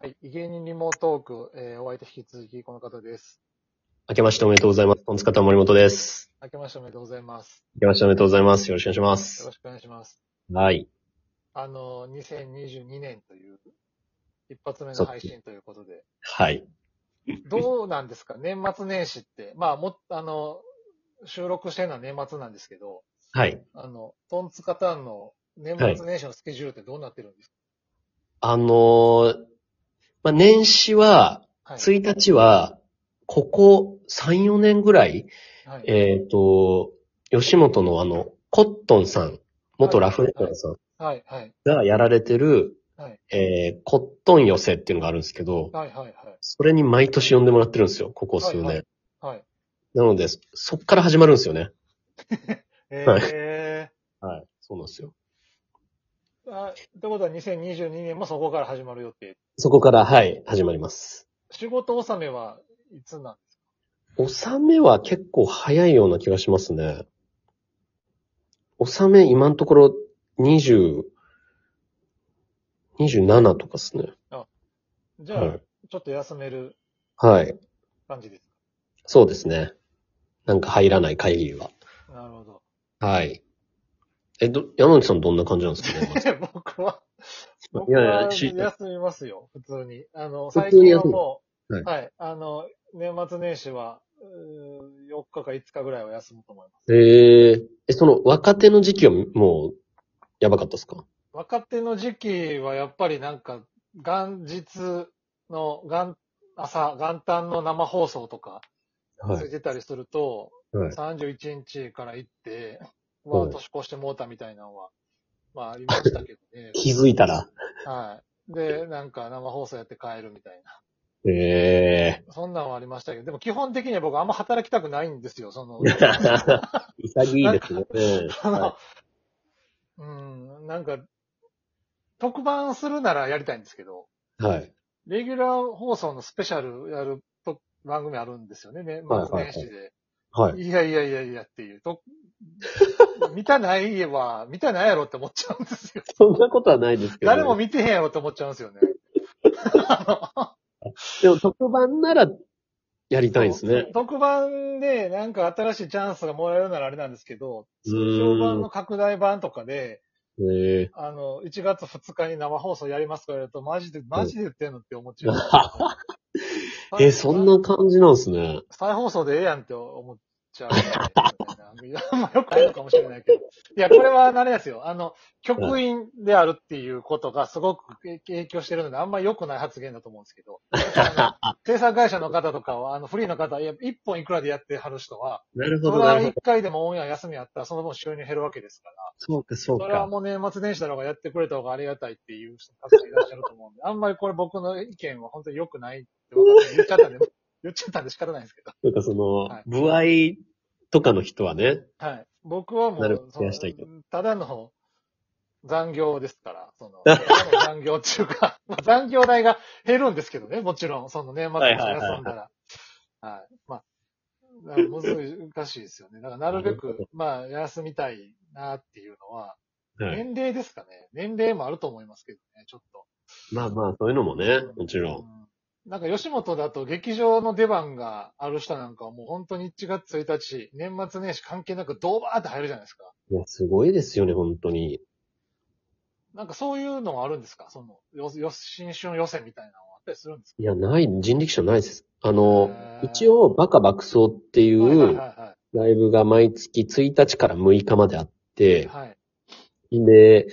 はい。芸人リモートーク、えーお相手引き続きこの方です。明けましておめでとうございます。トンツカタン森本です。明けましておめでとうございます。明けましておめでとうございます。よろしくお願いしまよろす。しくお願いします。はい。あの、2022年という、一発目の配信ということで。はい。どうなんですか年末年始って。まあ、もっ、あの、収録してるのは年末なんですけど、はい。あの、トンツカタンの年末年始のスケジュールってどうなってるんですあのーまあ、年始は、かはい。 1日は、ここ3、4年ぐらい、はい。えっ、と、吉本のあの、コットンさん、元ラフレターさんはい、はい。がやられてる、はいえー、コットン寄せっていうのがあるんですけど、はい、はい、はい。それに毎年呼んでもらってるんですよ、ここ数年。はいはい。なので、そっから始まるんですよね。えはいえはい。そうなんですよ。ーあ。ってことは2022年もそこから始まる予定。そこから、はい、始まります。仕事納めはいつなん納めは結構早いような気がしますね。納め今のところ20、27とかですね。じゃあ、はい。ちょっと休めるはい。感じですそうですね。なんか入らない限りは。か。なるほ ど。はい。え、ど、山内さんどんな感じなんですかね僕は、まず僕いやいはや、し、休みますよ、普通に。あの、普最通に近休はむもう、はいはい、あの、年末年始は、うー4日か5日ぐらいは休むと思います。 えー、え、その若手の時期はもう、やばかったですか若手の時期はやっぱりなんか、元日の、元、朝、元旦の生放送とか、はつい。てたりすると、はい。 31日から行って、うんわあ、年越してもうたみたいなのは、まあありましたけどね 。気づいたら。はい。で、なんか生放送やって帰るみたいな。ええー。そんなんはありましたけど、でも基本的には僕あんま働きたくないんですよ、そ の。潔いですね。 あのはうん、なんか、特番するならやりたいんですけど、い。はい。レギュラー放送のスペシャルやると番組あるんですよね、ね、まはいず年始で。はい。いやいやいやいやっていう。 と見たないえば、見たないやろって思っちゃうんですよ。そんなことはないですけど、誰も見てへんやろって思っちゃうんですよね。でも特番ならやりたいんですね。特番でなんか新しいチャンスがもらえるならあれなんですけど、う通常版ーんの。拡大版とかで、ええあの、1月2日に生放送やりますからやると、マジで、マジで言ってんのって思っちゃう。 え、そんな感じなんですね。再放送でええやんって思っちゃう、いや、まあよくないのかもしれないけど。いや、これはあれですよ。あの、局員であるっていうことがすごく影響してるので、あんま良くない発言だと思うんですけ ど。あの制作会社の方とかは、あの、フリーの方、いや、1本いくらでやってはる人は、なるほそれど、なはるほ1ど。回でもオンエア休みあったら、その分収入減るわけですから。そうか、そうそれはか。もう年末年始だろうがやってくれた方がありがたいっていう人たくさんいらっしゃると思うんで、あんまりこれ僕の意見は本当に良くないって分かって言っちゃったんで、言っちゃったんで仕方ないんですけど。そうか、そのはい、部合とかの人はね。はい。僕はもなるほうど、その増やしたいとただの残業ですから、そ の、ただの残業っていうか、 まあ残業代が減るんですけどね、もちろん、その年末年始休んだら。はい。まあ、だから難しいですよね。だからなるべなるほく、まあ、休みたいなっていうのは、はい。年齢ですかね。年齢もあると思いますけどね、ちょっと。まあまあ、そういうのもね、もちろん。うん。なんか吉本だと劇場の出番がある人なんかはもう本当に1月1日、年末年始関係なくドーバーって入るじゃないですか。いや、すごいですよね、本当に。なんかそういうのはあるんですかその、よ、よ、新春予選みたいなのはあったりするんですかいや、ない、人力車ないです。あのへ、ー一応、バカ爆走っていはいはいうはライブが毎月1日から6日まであってい、はい。はい。で、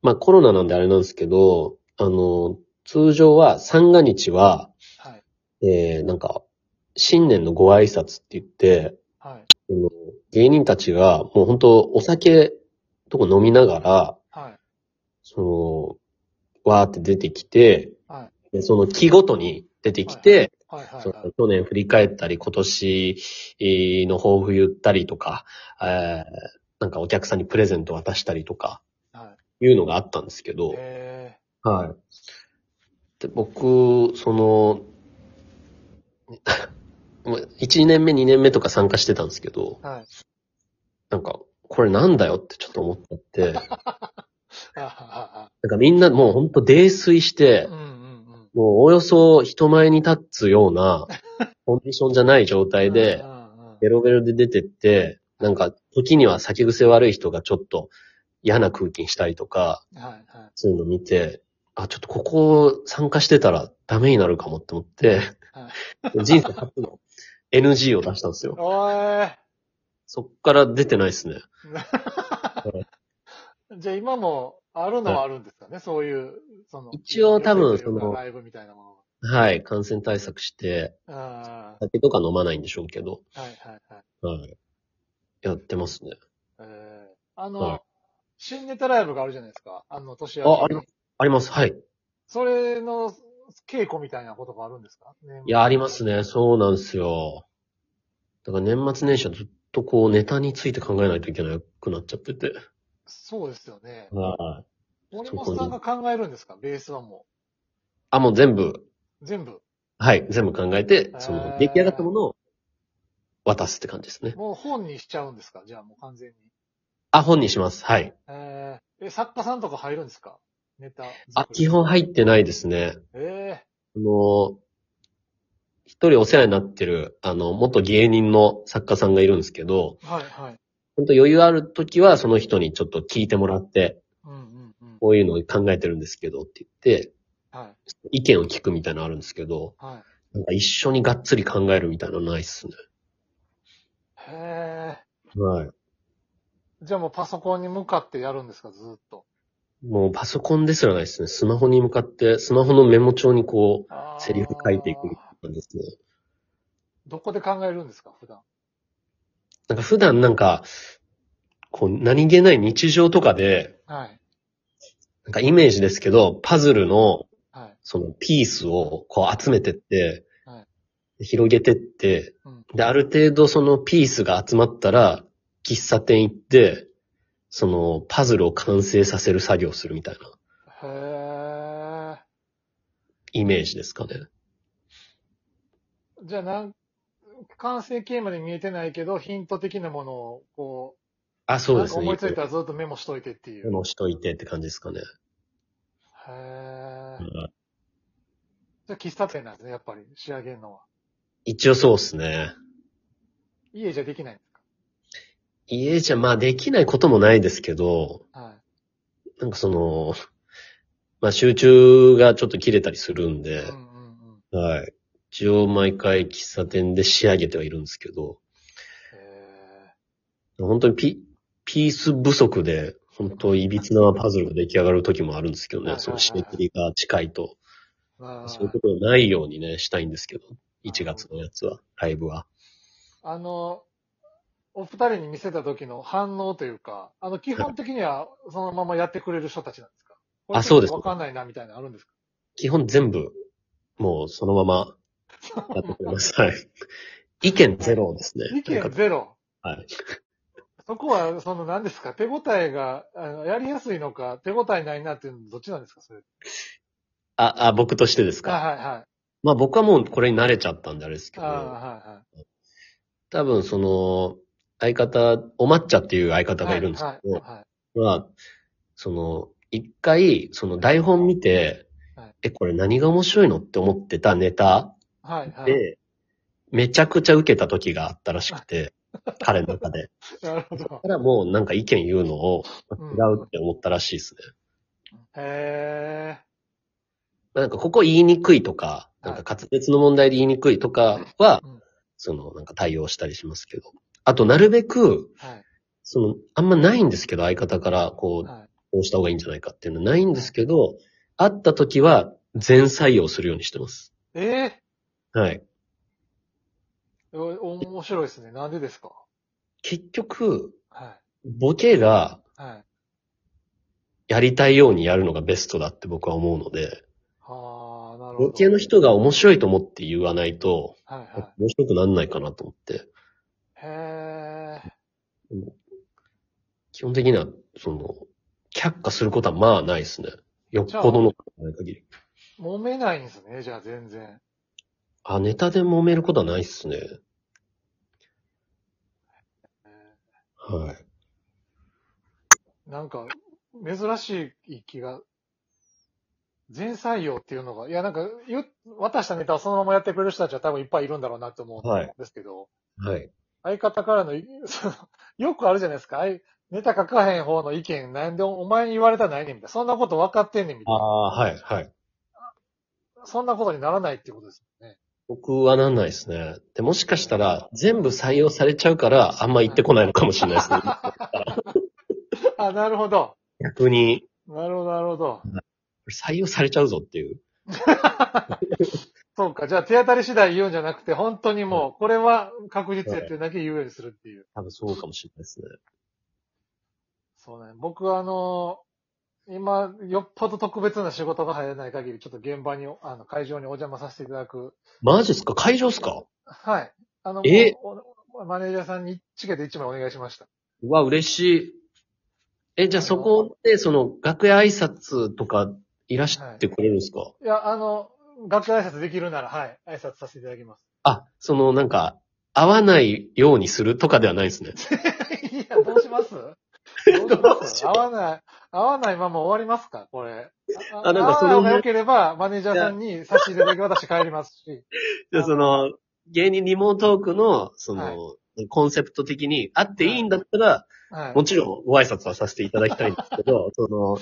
まあコロナなんであれなんですけど、あの、通常は三が日は、はい。えー、なんか、新年のご挨拶って言って、はい。あの芸人たちがもう本当お酒とか飲みながら、はい。その、わーって出てきて、はでその木ごとに出てきて、はい。はい。そはい。の去年振り返ったり、今年えーの抱負言ったりとか、えー、なんかお客さんにプレゼント渡したりとか、はいいうのがあったんですけど、へはい。で、僕、その、 もう1年目、2年目とか参加してたんですけど、ーはい。なんか、これなんだよってちょっと思っちゃ って、なんあはははかみんなもうほんと泥酔してう、んうんうん。もうおよそ人前に立つよう な、コンディションじゃない状態でう、んうんベロベロで出てって、なんか、時には酒癖悪い人がちょっと嫌な空気にしたりとか、うんはいはそういうの見て、あ、ちょっとここ参加してたらダメになるかもって思って、人生初の NG を出したんですよ。い。おい。そっから出てないですね。じゃあ今もあるのはあるんですかね、そういう、その。一応多分よく言うそのライブみたいなもはい、感染対策して、のが。あ酒とか飲まないんでしょうけど、あ、はいはいはい。はい。やってますね。えー、あの、はい新ネタライブがあるじゃないですか。あの、年明けあ、あります。あります。はい。それの稽古みたいなことがあるんですかねいや、ありますね。そうなんですよ。だから年末年始はずっとこうネタについて考えないといけなくなっちゃってて。そうですよね。はい。森本さんが考えるんですかベースはもあ、もう全部、う。全部。はい、全部考えて、そへーの出来上がったものを渡すって感じですね。もう本にしちゃうんですかじゃあもう完全に。あ、本にします。はい。えー、え、作家さんとか入るんですかネタ。あ、基。本入ってないですね。えあの、一人お世話になってる、あの、元芸人の作家さんがいるんですけど、えはいはい。本当余裕ある時はその人にちょっと聞いてもらって、うんうんうん。こういうのを考えてるんですけどって言って、はい意見を聞くみたいなのあるんですけど、はい。なんか一緒にがっつり考えるみたいなのないっすね。へえ。はい。じゃあもうパソコンに向かってやるんですかずーっと。もうパソコンですらないっすね。スマホに向かって、スマホのメモ帳にこう、あーセリフ書いていくみたいなんですね。どこで考えるんですか普段。なんか普段なんか、こう、何気ない日常とかで、はい。なんかイメージですけど、パズルのはい。そのピースをこう集めてって、は広げてって、うんで、ある程度そのピースが集まったら、喫茶店行って、そのパズルを完成させる作業するみたいへえ。なイメージですかね。じゃあなん、完成形まで見えてないけど、ヒント的なものを、こあ、う、そうですね。なんか思いついたらずっとメモしといてっていメう。モしといてって感じですかね。へえ。じゃあ喫茶店なんですね、やっぱり、仕上げるのは。一応そうですね。家じゃできないんです家じゃまあできないこともないですけど、かはい。なんかその、まあ集中がちょっと切れたりするんで、うんうんうん。はい。一応毎回喫茶店で仕上げてはいるんですけど、へ本当にピ、ピース不足で、本当いびつなパズルが出来上がる時もあるんですけどはいはいね、はいその締め切りが近いと、え。まあそういうことがないようにね、したいんですけど、1月のやつは、ライブは。あの、お二人に見せた時の反応というか、あの、基本的にはそのままやってくれる人たちなんですかあそうですこれちょっとわかんないな、みたいなのあるんですか基本全部、もうそのままやってく れます。はい。意見ゼロですね。意なん見かゼロ。はい。そこは、その何ですか手応えが、あの、やりやすいのか、手応えないなっていうの、どっちなんですかそれ。あ、あ、僕としてですあか。はいはい。まあ僕はもうこれに慣れちゃったんであれですけあど、はいはい。多分その、相方、お抹茶っていう相方がいるんですはいけど、はい。は、その、一回、その台本見てはい、え、これ何が面白いのって思ってたネタはいはい。で、めちゃくちゃ受けた時があったらしくて、彼の 中で。なるほど。ただもうなんか意見言うのを違うんうって思ったらしいですね。へえ。なんかここ言いにくいとか、なんか滑舌の問題で言いにくいとかはうん、そのなんか対応したりしますけど。あとなるべく、はい。その、あんまないんですけど、相方から、こう、はこうした方がいいんじゃないかっていうのはないんですけど、会った時は全採用するようにしてます。い、えはい。ー、お面白いですね。なんでですか結局、はボケがい。はい。やりたいようにやるのがベストだって僕は思うので、はあ、なるほど。ボケの人が面白いと思って言わないと、はいは面白くなんないかなと思って、い。へえ。基本的には、その、却下することはまあないですね。よっぽどのことがない限り。揉めないんですね、じゃあ全然。あ、ネタで揉めることはないっすね。はい。なんか、珍しい気が全採用っていうのが、いや、なんか、言う渡したネタをそのままやってくれる人たちは多分いっぱいいるんだろうなと思うんはいですけど、はい。相方からの、 そのよくあるじゃないですか。あいネタ書かへん方の意見、なんでお前に言われたないねんみたいな。そんなこと分かってんねんみたあいな。あ、はい、はい。そんなことにならないっていうことですよね。僕はなんないですね。で、もしかしたら、全部採用されちゃうから、あんま言ってこないのかもしれない ですね。 あ、なるほど。逆に、なるほど、なるほど。採用されちゃうぞっていう。そうか。じゃあ手当たり次第言うんじゃなくて、本当にもう、これは確実やっていうだけ言うようにするっていう。多分そうかもしれないですね。そうね。僕はあの、今、よっぽど特別な仕事が入らない限り、ちょっと現場に、あの、会場にお邪魔させていただく。マジっすか会場っすかはい。あの、えもうおマネージャーさんにチケット1枚お願いしました。うわ、嬉しい。え、じゃあそこで、その、楽屋挨拶とか、いらしてくれるんですか、いや、あの、楽屋挨拶できるなら、はい、挨拶させていただきます。 あ、その、なんか、会わないようにするとかではないですね。いや、どうし ますどうします合わない、合わないまま終わりますかこれ。あなんかそれ合わないが良ければ、マネージャーさんに差し入れだけ渡して帰ります し。 じゃあそ の、芸人リモートークの、その、はコンセプト的に、会っていいんだったら、はいも。ちろんご挨拶はさせていただきたいんですけ ど、その、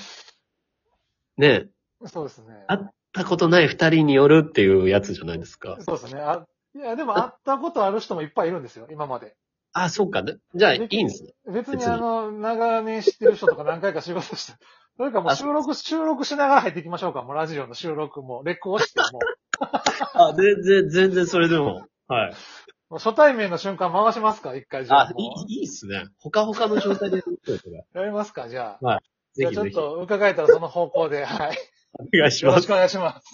ねえ、そうですね。あ会ったことない二人によるっていうやつじゃないですか。そうですね。あいや、でも会ったことある人もいっぱいいるんですよ、今まで。あ、そうか、ね。じゃあ、いいんですね。別に別にあの、長年知ってる人とか何回か仕事して。 というかもうあ収録、収録しながら入っていきましょうか。もうラジオの収録も、レコをしてもう、あ、全然、全然それでも。はい。 もう初対面の瞬間回しますか一回じゃああ、もいい、いいっすね。ほかほかの状態でやるってことだ。う。やりますかじゃあ。ぜ じゃあひちょぜっひ、おと伺えたらその方向で、はい。願いしよまろすしく。お願いします。